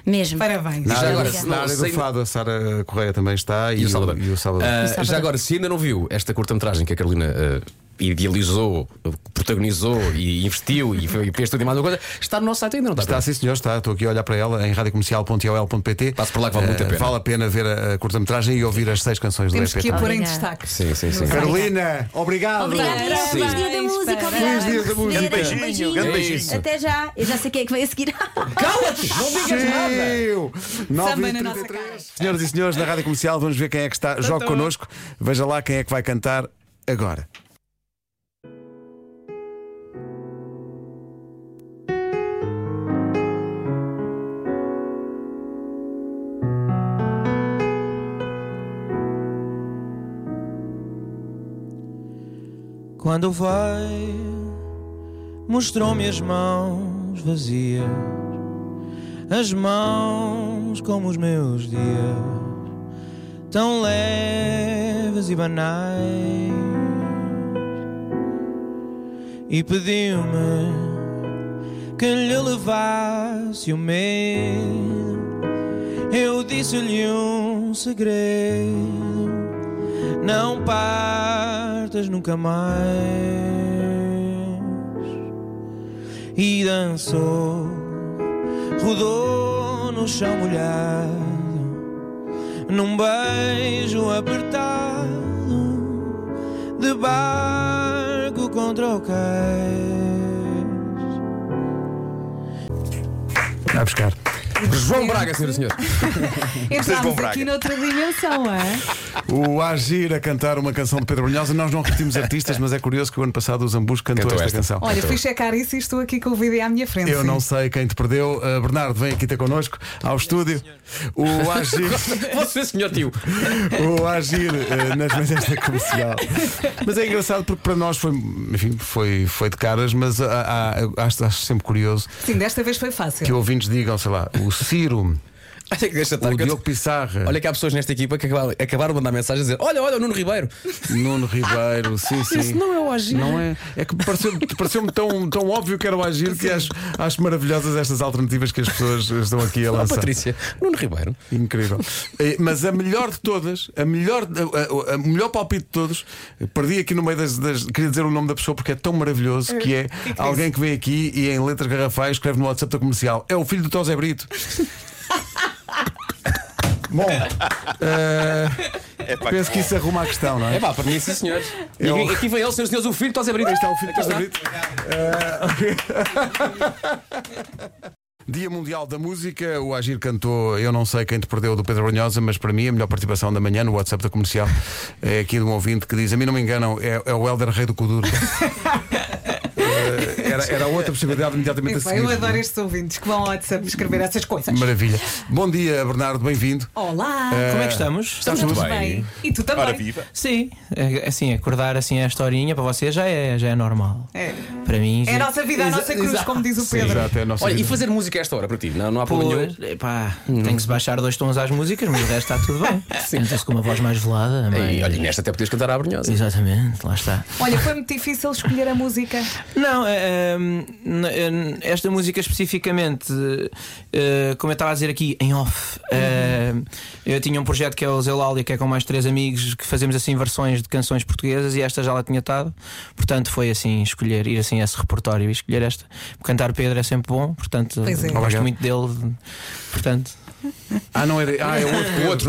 Mesmo.
Parabéns.
Na área,
se
do,
não,
na área do
sem-
fado, a Sara Correia também está e,
E o Salvador.
e o Salvador.
Ah, já agora, se ainda não viu esta curta-metragem que a Carolina ah, idealizou, ah, protagonizou e investiu e foi e fez tudo e mais alguma coisa, está no nosso site ainda, não está?
Está sim, senhor, está. Estou aqui a olhar para ela em radiocomercial.iol.pt. Passo por lá
que vale muito a pena.
Eh, Vale a pena ver a, a curta-metragem e ouvir as seis canções
Temos
do EP.
que a pôr em
também.
destaque.
Sim, sim, sim.
Carolina, obrigado.
Obrigada,
Sim.
feliz dia da música.
Feliz dia da música.
Grande
Grande beijinho, grande beijinho.
Até já. Eu já sei quem é que vai a seguir.
Cala-te! Não
Sim. Nove e trinta e três. Senhoras e senhores, na Rádio Comercial vamos ver quem é que está. Jogue connosco. Veja lá quem é que vai cantar agora.
Quando vai, mostrou-me as mãos vazias, as mãos como os meus dias, tão leves e banais. E pediu-me que lhe levasse o medo. Eu disse-lhe um segredo. Não partas nunca mais. E dançou, rodou no chão molhado, num beijo apertado, de barco contra o cais.
A buscar.
João Braga, senhoras e senhores.
Entramos aqui noutra dimensão, é?
O Agir a cantar uma canção de Pedro Brunhosa. Nós não repetimos artistas, mas é curioso que o ano passado o Zambus cantou,
Cantou
esta,
esta.
canção.
Olha, fui checar isso e estou aqui com o vídeo à minha frente.
Eu
sim.
não sei quem te perdeu. Uh, Bernardo, vem aqui ter connosco ao estúdio. O Agir.
Você, senhor tio.
o agir eh, nas manhãs da comercial. Mas é engraçado porque para nós foi, enfim, foi, foi de caras, mas há- há- eu acho, acho sempre curioso
Sim, desta vez foi fácil.
que ouvintes digam, sei lá, o Ciro,
Olha que deixa estar,
o
que eu-
Diogo Pissarra,
Tá, Olha que há pessoas nesta equipa que acabaram, acabaram de mandar mensagem a dizer: Olha, olha, o Nuno Ribeiro.
Nuno Ribeiro,
Ah,
sim, sim.
Isso não é o Agir.
Não é? É que pareceu- pareceu-me tão, tão óbvio que era o agir que acho, acho maravilhosas estas alternativas que as pessoas estão aqui a
Olá,
lançar.
Patrícia. Nuno Ribeiro.
Incrível. Eh, Mas a melhor de todas, a melhor, a, a- a melhor palpite de todos, eh, perdi aqui no meio das, das- Queria dizer o nome da pessoa porque é tão maravilhoso que é
que é que
alguém que vem aqui e em letras garrafais escreve no WhatsApp da comercial. É o filho do Tosé Brito. Bom, eh,
É pá,
penso que isso arruma a questão, não é?
É pá, para mim, sim, senhores. E
Eu-
aqui vem ele, senhoras e senhores, o filho está a abrir.
Este é o filho que
Aqui
estás a
está.
abrir. Eh, ok. Dia Mundial da Música, o Agir cantou Eu Não Sei Quem Te Perdeu do Pedro Brunhosa, mas para mim a melhor participação da manhã no WhatsApp da comercial é aqui de um ouvinte que diz: A mim não me enganam, é, é o Helder Rei do Coduro. Eh, era, era outra possibilidade
é
imediatamente a
Epá, eu adoro
seguir.
estes ouvintes que vão ao WhatsApp escrever essas coisas.
Maravilha. Bom dia, Bernardo, bem-vindo.
Olá!
Eh,
Como é que estamos?
Estamos
tudo
bem. E tu também.
Sim, é- assim, acordar assim esta horinha para vocês já é, já é normal.
É.
Para mim.
É a nossa vida, a nossa cruz, como diz o Pedro.
Exato, é a nossa
Olha, e
vida.
fazer música a esta hora para ti? Não, não há problema nenhum.
Pois, epá, tem que se baixar dois tons às músicas, mas o resto está tudo bem. Canta-se com uma voz mais velada.
E,
Mas...
olha, e nesta até podias cantar à brunhosa.
Exatamente, lá está.
Olha, foi muito difícil escolher a música.
Não, eh, hum, n- eh, esta música especificamente, eh, como eu estava a dizer aqui em off, eh, eu tinha um projeto que é o Zeulália, que é com mais três amigos, que fazemos assim versões de canções portuguesas e esta já lá tinha estado. Portanto, foi assim escolher, ir assim a esse repertório e escolher esta. Cantar Pedro é sempre bom, portanto,
Pois é.
gosto
Obrigado.
muito dele. Portanto,
Ah, não era. Ah, é outro.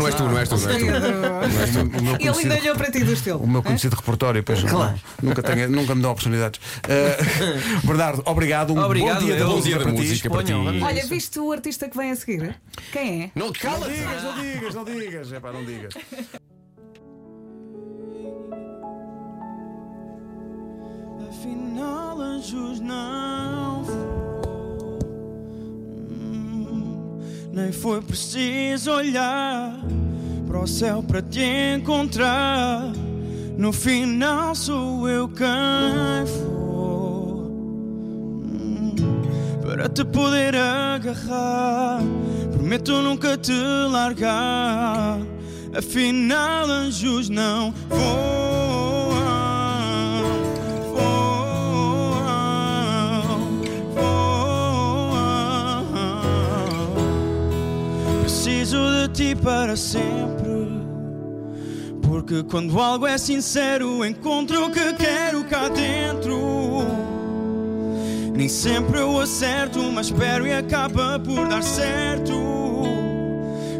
O outro não és tu, não és tu, não és tu.
Não és tu. O meu
Ele
conhecido
ainda olhou para ti do estilo.
O meu conhecido repertório, pois
Claro.
não, nunca, tenho, nunca me dão oportunidades. Uh, Bernardo, obrigado. Um
Obrigado,
bom dia da
eu.
música
Bom dia da
para ti.
música para ti.
Ponham, vamos lá.
Olha, viste o artista que vem a seguir? Quem é?
Não,
Não
cala-te.
digas, não digas, não digas. É pá, não digas.
Afinal, anjos não foram. Hum, Nem foi preciso olhar para o céu para te encontrar. No final sou eu quem for Hum, para te poder agarrar. Prometo nunca te largar. Afinal, anjos não voam.
de ti para sempre. Porque quando algo é sincero, encontro o que quero cá dentro. Nem sempre eu acerto, mas espero e acaba por dar certo.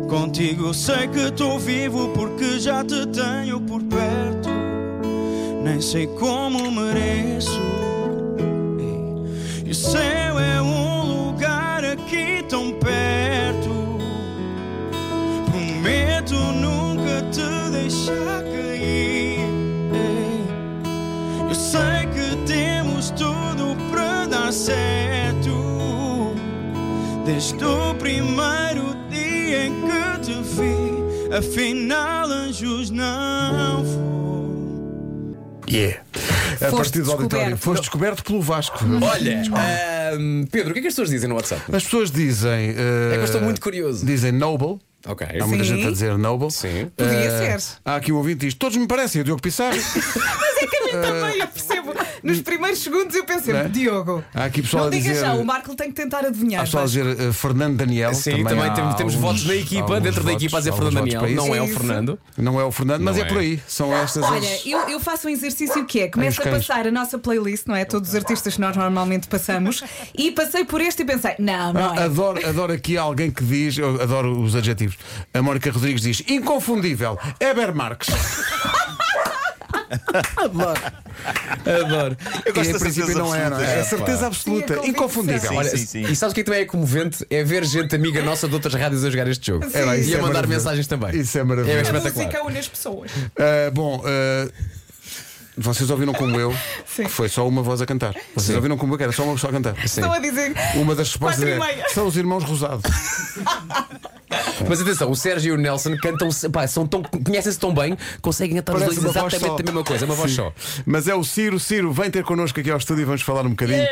Contigo sei que estou vivo porque já te tenho por perto. Nem sei como mereço. E o céu é um lugar aqui tão perto. Prometo nunca te deixar cair. Eu sei que temos tudo para dar certo. Desde o primeiro dia em que te vi, afinal, anjos não
É.
Yeah. A
Foste
partir do auditório,
descoberto.
foste descoberto pelo Vasco.
Olha,
Desculpa.
ahm, Pedro, o que é que as pessoas dizem no WhatsApp?
As pessoas dizem. eh,
É que eu estou muito curioso.
Dizem noble.
Ok.
Há muita
Sim.
gente a dizer noble. Sim.
Podia ser.
Há aqui um ouvinte que diz: Todos me parecem, o Diogo Pissarro.
Mas é que a mim também, eu percebo. Nos primeiros segundos eu pensei,
eh, Não é?
Diogo.
Há aqui pessoal
Não
a
digas
dizer.
já, o Marco tem que tentar
Há
adivinhar.
pessoal a
vai.
dizer eh, Fernando Daniel.
Sim, também
há
temos- temos
alguns-
votos na equipa,
alguns
dentro da equipa a dizer
alguns
Fernando
votos para
Daniel.
isso.
Não é o Fernando.
Não é o Fernando, mas
Não
é.
é.
por aí. São estas
Ah, Olha,
as.
eu, eu faço um exercício que é: começo
Os
a
cães.
passar a nossa playlist, não é? Todos os artistas que nós normalmente passamos, e passei por este e pensei, não, não
Ah,
é.
adoro, adoro aqui alguém que diz, eu adoro os adjetivos. A Mónica Rodrigues diz: inconfundível, Eber Marques.
Adoro. Adoro.
Eu gosto da é. certeza absoluta, já,
é
pá. Sim, a convicção. Sim,
Olha,
sim, sim.
E sabes o que é que também é comovente? É ver gente amiga nossa de outras rádios a jogar este jogo.
Sim. É bem,
e a
isso é
mandar
maravilhoso.
mensagens também.
Isso é maravilhoso.
É
a
espetacular.
música une as pessoas.
Ah, bom, ah, vocês ouviram como eu,
Sim.
que foi só uma voz a cantar. Vocês ouviram como eu, que era só uma pessoa a cantar.
Estão a dizer.
Uma das respostas
Quatro e
é:
meia.
são os irmãos Rosado.
Mas atenção, o Sérgio e o Nelson cantam, pá, são tão, conhecem-se tão bem, conseguem cantar os dois
uma voz
exatamente
só.
a mesma coisa, uma voz
Sim.
só.
Mas é o Ciro. Ciro, vem ter connosco aqui ao estúdio e vamos falar um bocadinho.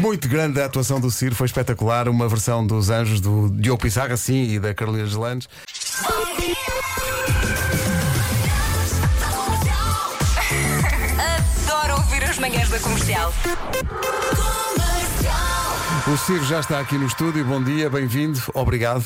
Muito grande a atuação do Ciro, foi espetacular. Uma versão dos Anjos do Diogo Pissarra, sim, e da Carolina Gelandes.
Adoro ouvir as manhãs da comercial.
O Ciro já está aqui no estúdio. Bom dia, bem-vindo, obrigado.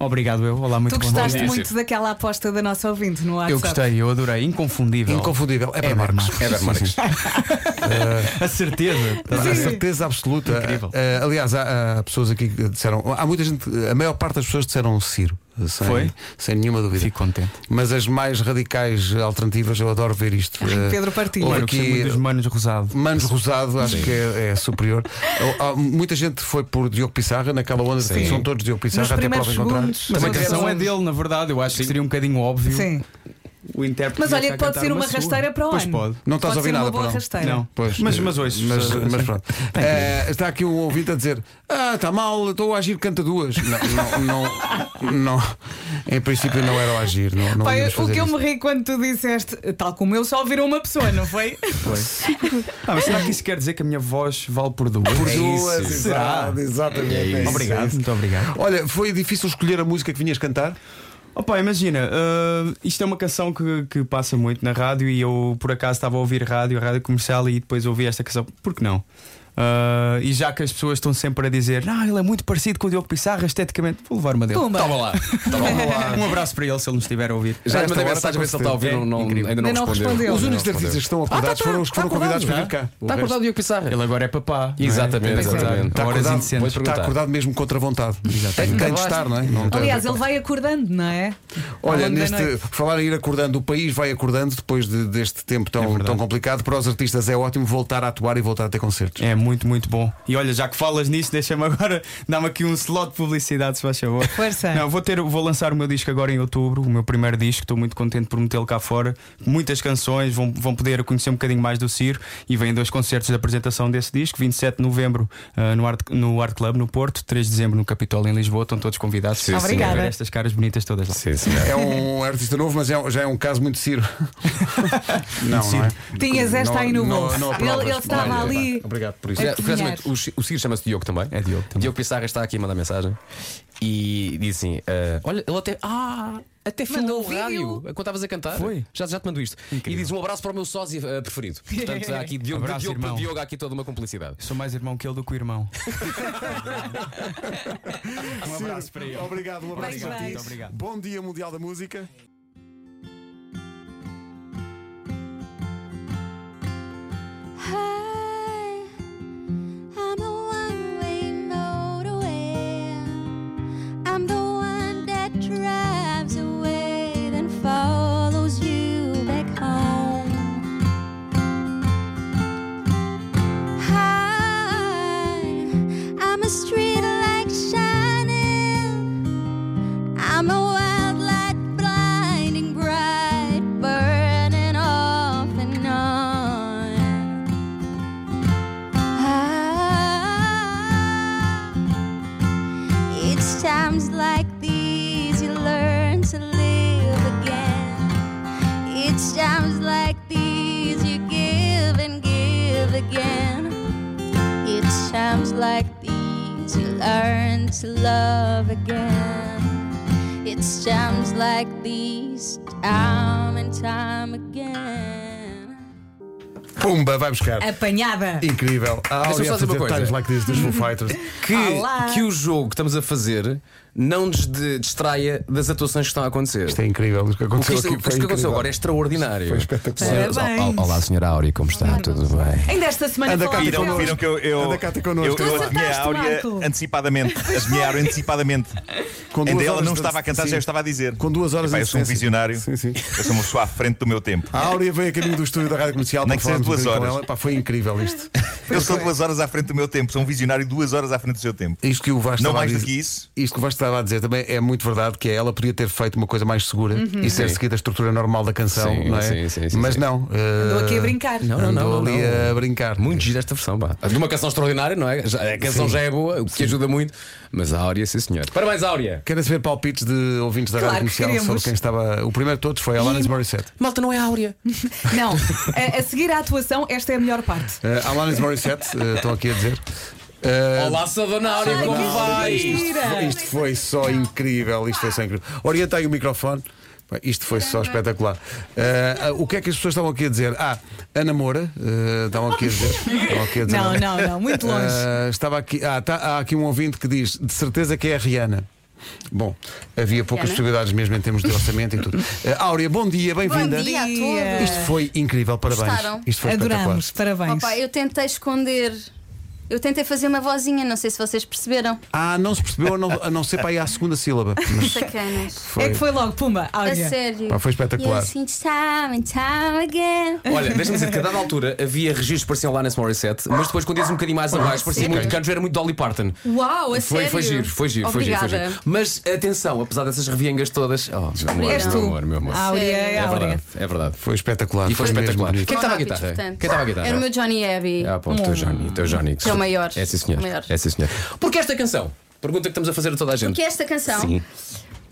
Obrigado, eu. Olá, muito
Tu gostaste muito daquela aposta da nossa ouvinte no WhatsApp.
Eu gostei, eu adorei. Inconfundível.
Inconfundível. É
para Marcos.
É para Marcos.
a certeza.
A certeza absoluta.
Incrível.
Eh, aliás, há, há pessoas aqui que disseram. Há muita gente, a maior parte das pessoas disseram Ciro. Sem,
Foi?
Sem nenhuma dúvida. Fico
contente.
Mas as mais radicais alternativas, eu adoro ver isto. Eh,
Pedro Partilha.
houve
Claro, eu gostei muito dos Manos Rosado.
Manos Rosado, acho
Sim.
que é, é superior. Há- há- muita gente foi por Diogo Pissarra, naquela onda de
Sim.
são todos Diogo Pissarra, até prova em contrário.
Mas a canção é dele, na verdade. Eu acho que seria um bocadinho óbvio.
assim. Sim.
O intérprete
Mas
ia
olha
estar
que
a
pode
cantar
ser uma
sua.
rasteira para o
Pois
ano.
pode.
Não estás
Pode
a ouvir
ser uma
nada,
boa
perdão.
rasteira.
Não.
Pois,
Mas-
eh,
mas ouço,
Mas,
eh,
mas
sim.
pronto.
Tem que
Eh, está aqui um ouvinte a dizer: Ah, está mal, estou a agir, canta duas. Não, não, não, não. Em princípio, não era o agir. Não, não
Pai,
íamos
o
fazer
que eu
isso.
me ri quando tu disseste, tal como eu, só ouviram uma pessoa, não foi?
Ah, mas será que isso quer dizer que a minha voz vale por duas?
Por
É
duas,
isso.
exato, exatamente, é isso, é
Obrigado,
isso.
muito obrigado.
Olha, foi difícil escolher a música que vinhas cantar?
Opa, imagina, ah, isto é uma canção que, que passa muito na rádio e eu por acaso estava a ouvir rádio, a rádio comercial e depois ouvi esta canção, porque não? Ah, e já que as pessoas estão sempre a dizer, ah, ele é muito parecido com o Diogo Pissarra esteticamente, vou levar uma dele.
Pumba. Toma
lá.
Um abraço para ele se ele nos estiver a ouvir.
Já lhe mandei mensagem para ver se ele está a ouvir, não, não, ainda não, respondeu.
É
Os únicos artistas que
Ah, tá,
estão acordados foram os que foram convidados para vir cá.
Está acordado o Diogo Pissarra.
Ele agora é papá.
Exatamente, exatamente.
Está
Horas
acordado,
indecentes.
está acordado mesmo contra a vontade. Tem, tem de estar, não é? Não tem-
Aliás, ele vai acordando, não é? Ao
Olha,
longo da
neste
noite.
falar em ir acordando, o país vai acordando depois de- deste tempo
É
tão, tão complicado. Para os artistas é ótimo voltar a atuar e voltar a ter concertos.
É muito, muito bom. E olha, já que falas nisso, deixa-me agora dar-me aqui um slot de publicidade, se faz favor.
Força.
Não, vou, ter, vou lançar o meu disco agora em outubro, o meu primeiro disco. Estou muito contente por metê-lo cá fora. Muitas canções, vão, vão poder conhecer um bocadinho mais do Ciro. E vêm dois concertos de apresentação desse disco: 27 de novembro ah, no, Art, no Art Club no Porto, 3 de dezembro no Capitólio em Lisboa. Estão todos convidados.
Sim, Obrigada.
Ver estas caras bonitas todas lá.
É um artista novo, mas é um- já é um caso muito Ciro. não, não é?
Tinhas esta aí no
Não-
bolso.
não
Ele-
aprovas.
ele estava
Olha,
ali.
Obrigado por
Por
isso.
isso, é, curiosamente, o, Ci- o Ciro chama-se Diogo também. É Diogo. Diogo Pissarra está aqui a mandar mensagem e diz assim: ah, Olha, ele eh, até. Ah, Até
Mandou
filmou o
um vídeo.
rádio quando estavas a cantar.
Foi.
Já, já te mando isto. E diz um abraço para o meu sósia eh, preferido. Portanto, há aqui de Diogo,
Abraço,
de Diogo para
irmão.
Diogo, há aqui toda uma cumplicidade.
Sou mais irmão que ele do que o irmão.
Um abraço para ele. Obrigado, um abraço
Beijo,
para ti.
beijo. Muito obrigado.
Bom dia Mundial da Música.
Hey, I'm the one they know to wear. I'm the one that drives away, then follows you back home. Hi, I'm a street light shining. I'm a wild light blinding bright, burning off and on. Ah, It's times like these you learn to live again. It's times like these you give and give again. It's times like these you learn to love again. It's times like these, time and time again.
Pumba, vai buscar.
É. Apanhada.
Incrível. Há
Deixa-me
alguém
só dizer
a
uma
fazer
coisa.
times like this dos Foo Fighters.
Que, que o jogo que estamos a fazer não nos de- distraia das atuações que estão a acontecer. Isto
é incrível. O que aconteceu
isto-
aqui
isto
foi
que aconteceu
incrível.
agora é extraordinário.
Foi espetacular.
Senhora-
Parabéns.
Ol- olá, senhora Áurea, como está? Tudo bem?
Ainda esta semana
Anda cá,
falámos
viram,
dela.
viram que eu, eu,
Anda cá, tem connosco.
eu, eu
Tu
adivinhei a
acertaste,
Áurea
Marco.
antecipadamente. Adivinhei a Áurea antecipadamente.
Com duas
Ainda ela
horas
não
de-
estava a cantar,
sim.
já eu estava a dizer.
Com duas horas
Epá,
de
Eu sou um
distância.
visionário. Eu sou uma pessoa à frente do meu tempo.
A Áurea veio a caminho do estúdio da Rádio Comercial
Nem
para
que seja
falarmos um
duas
bocadinho
horas.
com ela. Pá, foi incrível isto.
Eu sou duas horas à frente do meu tempo. Sou um visionário duas horas à frente do seu tempo.
Isto que o Vasco
Não
estava
mais
a
do
dizer,
que isso.
Isto que o Vasco estava a dizer também é muito verdade, que é ela podia ter feito uma coisa mais segura
Uhum.
e
Sim.
ter seguido a estrutura normal da canção,
Sim,
não é?
sim, sim, sim,
Mas
sim.
não. eh,
Andou aqui a brincar.
Não, não, não,
Andou
não,
ali
não.
a brincar.
Muito gira esta versão, pá. De uma canção extraordinária, não é? Já- a canção
Sim.
já é boa, o que ajuda muito. Mas a Áurea, sim senhor. Parabéns, Áurea!
Querem saber palpites de ouvintes da
Claro
Rádio
que
Comercial
queremos.
sobre quem estava. O primeiro de todos foi Alanis Morissette.
Malta, não é áurea.
Não. A, a seguir à atuação, esta é a melhor parte.
Eh, Alanis Morissette, eh, estão aqui a dizer. Eh,
Olá, Sadona Áurea,
Ai,
como
que
vai?
gira.
Isto foi- Isto foi só incrível, isto foi só incrível. Orientei o microfone. Pá, Isto foi só espetacular. Ah, ah, o que é que as pessoas estavam aqui a dizer? Ah, Ana Moura, ah, estavam aqui a dizer. estavam aqui a dizer.
Não, não, não, muito longe.
Ah, estava aqui, ah, tá- há aqui um ouvinte que diz: de certeza que é a Rihanna. Bom, havia poucas
Rihanna?
possibilidades mesmo em termos de orçamento e tudo. Ah, Áurea, bom dia, bem-vinda.
Bom dia a todos.
Isto foi incrível, parabéns.
Gostaram?
Isto foi
Adorámos,
espetacular.
parabéns.
Opa, eu tentei esconder. Eu tentei fazer uma vozinha, não sei se vocês perceberam.
Ah, não se percebeu a não, a não ser para aí à segunda sílaba. Mas
Sacanas.
Foi. É que foi
logo, pumba,
A sério.
Pá, foi espetacular.
E assim, time and time again.
Olha, deixa-me dizer que a dada altura havia registros que pareciam Alanis Morissette, mas depois quando dizes um bocadinho mais abaixo, parecia
Sério?
muito country, era muito Dolly Parton.
Uau, a
Foi,
sério.
foi giro, foi giro, foi giro, foi
Obrigada.
giro. Mas atenção, apesar dessas reviengas todas. Oh, meu amor,
És tu. Ah,
meu amor, meu amor.
Áurea,
é
Áurea.
verdade, é verdade.
Foi espetacular.
E foi,
foi mesmo
espetacular. Quem
bonito.
é que estava à
Rápidos,
guitarra? Quem é
portanto.
que estava à guitarra?
Era o meu Johnny Abbey.
Ah, pá, o teu
Hum.
Johnny, o teu Johnny.
Que é o maior.
É sim, senhor.
O maior.
É sim, senhor. Porquê esta canção? Pergunta que estamos a fazer a toda a gente.
Porque é esta canção.
Sim.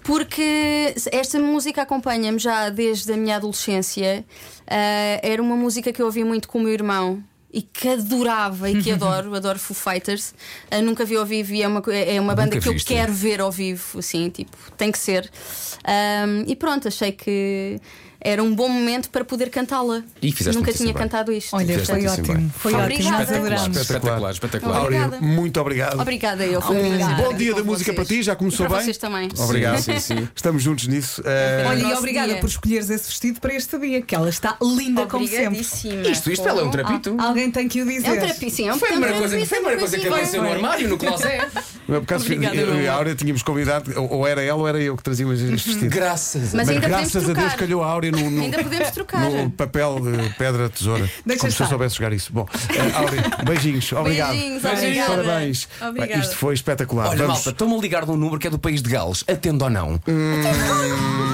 Porque é
É,
esta música acompanha-me já desde a minha adolescência. Ah, era uma música que eu ouvia muito com o meu irmão e que adorava e que adoro, adoro Foo Fighters. Ah, nunca vi ao vivo e é uma, co- é uma banda
Nunca
que eu
viste.
quero ver ao vivo, assim, tipo, tem que ser. Ah, e pronto, achei que era um bom momento para poder cantá-la.
E fizeste
Nunca
muitíssimo
tinha
bem.
cantado isto.
Olha,
Fizeste
foi
muitíssimo
ótimo,
bem.
foi ótimo,
Obrigada.
nós adorámos.
Espetacular, espetacular.
Áurea, muito obrigado.
Obrigada, eu fui
Um
obrigada.
bom dia da música para ti, já começou
E para
bem?
vocês também.
Obrigado.
Sim, sim, sim.
Estamos juntos nisso. Eh,
Olha, e
Nosso
obrigada
dia.
por escolheres esse vestido para este dia, que ela está linda como sempre.
Obrigadíssima.
Isto- isto, ela é um trapito?
Al- alguém tem que o dizer.
É um trapito, sim, Ah, é um
Foi a
é um
primeira coisa-
trapito,
foi a primeira
é um
coisa que
trapito.
apareceu no armário, no closet.
é.
Por acaso,
Obrigada,
eu
meu
e a
amor.
Áurea tínhamos convidado, ou ou era ela ou era eu que trazia este vestido.
Graças
Mas ainda podemos
graças a
trocar.
Deus calhou a Áurea no, no-
Ainda podemos trocar.
no papel de pedra tesoura.
Deixa
como se eu
estar.
soubesse jogar isso. Bom, eh, Áurea, beijinhos, obrigado.
Beijinhos, obrigada.
Parabéns.
Obrigada.
Bem, Isto foi espetacular.
Olha,
Vamos-
malta, estão-me a ligar de um número que é do país de Gales. Atendo ou não?